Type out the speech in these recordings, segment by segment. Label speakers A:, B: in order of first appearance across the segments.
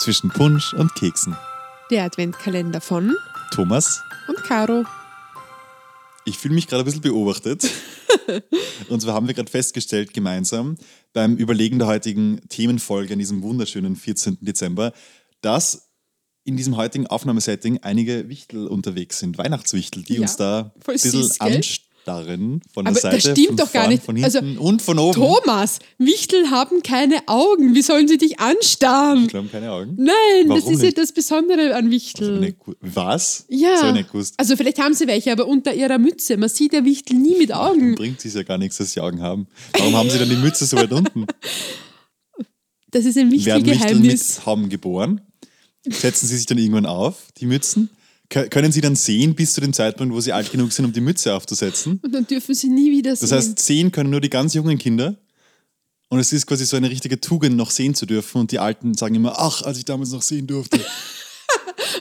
A: zwischen Punsch und Keksen.
B: Der Adventkalender von
A: Thomas,
B: und Caro.
A: ich fühle mich gerade ein bisschen beobachtet. und zwar haben wir gerade festgestellt, gemeinsam beim Überlegen der heutigen Themenfolge an diesem wunderschönen 14. Dezember, dass in diesem heutigen Aufnahmesetting einige Wichtel unterwegs sind, Weihnachtswichtel, die
B: Ja,
A: uns da ein
B: voll
A: bisschen
B: süß, gell?
A: anstarren von der
B: Aber das
A: Seite.
B: stimmt
A: von
B: doch gar
A: vorn,
B: nicht.
A: Von hinten
B: Also,
A: und von oben.
B: Thomas, Wichtel haben keine Augen. Wie sollen sie dich anstarren?
A: Ich glaube, keine Augen.
B: Nein, das
A: Warum
B: ist ja
A: nicht?
B: das Besondere an
A: Das hab ich
B: Wichteln.
A: nicht gewusst. Was? Das hab
B: Ja.
A: ich nicht gewusst.
B: Also vielleicht haben sie welche, aber unter ihrer Mütze. Man sieht der Wichtel nie mit
A: Dann
B: Augen.
A: bringt es ja gar nichts, dass sie Augen haben. Warum haben sie dann die Mütze so weit unten?
B: Das ist
A: Werden
B: ein
A: Wichteln
B: Wichtelgeheimnis.
A: mit Hauben geboren? Setzen sie sich dann irgendwann auf, die Mützen? Kö- Können sie dann sehen bis zu dem Zeitpunkt, wo sie alt genug sind, um die Mütze aufzusetzen?
B: Und dann dürfen sie nie wieder sehen.
A: Das heißt, sehen können nur die ganz jungen Kinder. Und es ist quasi so eine richtige Tugend, noch sehen zu dürfen. Und die Alten sagen immer, ach, als ich damals noch sehen durfte.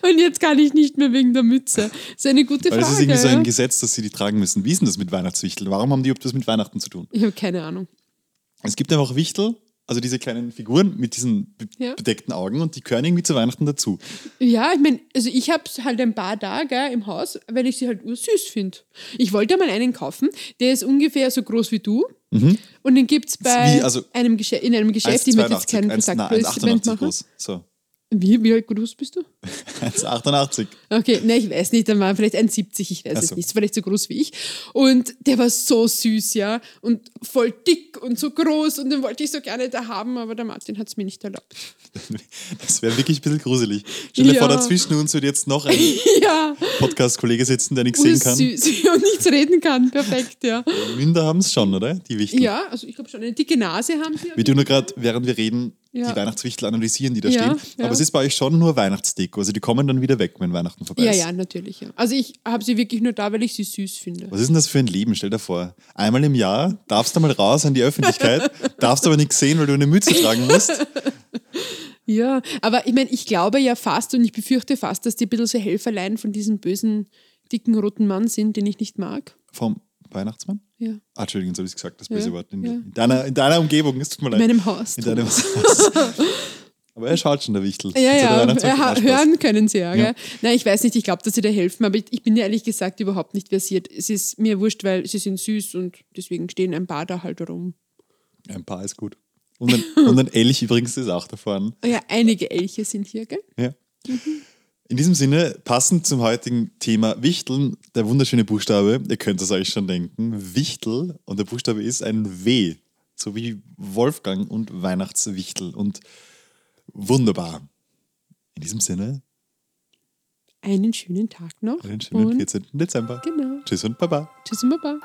B: Und jetzt kann ich nicht mehr wegen der Mütze. Das ist eine gute
A: Weil
B: Frage.
A: das ist irgendwie so ein
B: ja?
A: Gesetz, dass sie die tragen müssen. Wie ist denn das mit Weihnachtswichteln? Warum haben die überhaupt was mit Weihnachten zu tun?
B: Ich habe keine Ahnung.
A: Es gibt einfach Wichtel, also diese kleinen Figuren mit diesen be
B: Ja.
A: bedeckten Augen und die gehören irgendwie zu Weihnachten dazu.
B: Ja, ich meine, also ich habe halt ein paar da gell, im Haus, weil ich sie halt ursüß finde. Ich wollte mal einen kaufen, der ist ungefähr so groß wie du. Und den gibt es bei
A: Mhm. Wie, also-
B: einem Gesche in einem Geschäft, ich möchte jetzt
A: 1,82,
B: keinen
A: 1,
B: Kontakt
A: na,
B: bloß- Moment
A: 1,88
B: machen.
A: groß. So,
B: Wie, wie groß bist du?
A: 1,88.
B: Okay, ne, ich weiß nicht, dann war er vielleicht 1,70, ich weiß
A: Ach so.
B: es nicht, vielleicht so groß wie ich. Und der war so süß, ja, und voll dick und so groß und den wollte ich so gerne da haben, aber der Martin hat es mir nicht erlaubt.
A: Das wäre wirklich ein bisschen gruselig. Stell dir
B: Ja.
A: vor, dazwischen uns wird jetzt noch ein
B: ja,
A: Podcast-Kollege sitzen, der nichts sehen
B: ursüß
A: kann.
B: und nichts reden kann, perfekt, ja.
A: Münder haben es schon, oder? Die Wichtel.
B: Ja, also ich glaube schon, eine dicke Nase haben sie.
A: Wir tun nur gerade, während wir reden,
B: Ja.
A: die Weihnachtswichtel analysieren, die da
B: Ja,
A: stehen.
B: ja.
A: Aber es ist bei euch schon nur Weihnachtsdeko. Also die kommen dann wieder weg, wenn Weihnachten vorbei
B: ja,
A: ist.
B: ja, natürlich. Ja. Also ich habe sie wirklich nur da, weil ich sie süß finde.
A: Was ist denn das für ein Leben? Stell dir vor, einmal im Jahr darfst du mal raus an die Öffentlichkeit, darfst aber nichts sehen, weil du eine Mütze tragen musst.
B: Ja, aber ich meine, ich glaube ja fast und ich befürchte fast, dass die ein bisschen so Helferlein von diesem bösen, dicken, roten Mann sind, den ich nicht mag.
A: Vom Weihnachtsmann?
B: Ja.
A: Ah, Entschuldigung, jetzt habe ich gesagt, das böse
B: Ja,
A: Wort. In,
B: ja.
A: in, deiner, in deiner Umgebung, es tut mir
B: In
A: leid.
B: meinem Haus.
A: in deinem Haus. Aber er schaut schon, der Wichtel.
B: Ja,
A: Jetzt hat
B: ja,
A: er Weihnachtsmann
B: er ha-
A: gemacht, Spaß.
B: hören können sie ja.
A: Ja.
B: Gell? Nein, ich weiß nicht, ich glaube, dass sie da helfen, aber ich, ich bin ja ehrlich gesagt überhaupt nicht versiert. Es ist mir wurscht, weil sie sind süß und deswegen stehen ein paar da halt rum.
A: Ein paar ist gut. Und ein, und ein Elch übrigens ist auch da vorne.
B: Ja, einige Elche sind hier, gell?
A: Ja. In diesem Sinne, passend zum heutigen Thema Wichteln, der wunderschöne Buchstabe, ihr könnt es euch schon denken, Wichtel und der Buchstabe ist ein W, so wie Wolfgang und Weihnachtswichtel und wunderbar. In diesem Sinne,
B: Einen schönen Tag noch.
A: einen schönen
B: und
A: 14. Dezember.
B: Genau.
A: Tschüss und Baba.
B: Tschüss und Baba.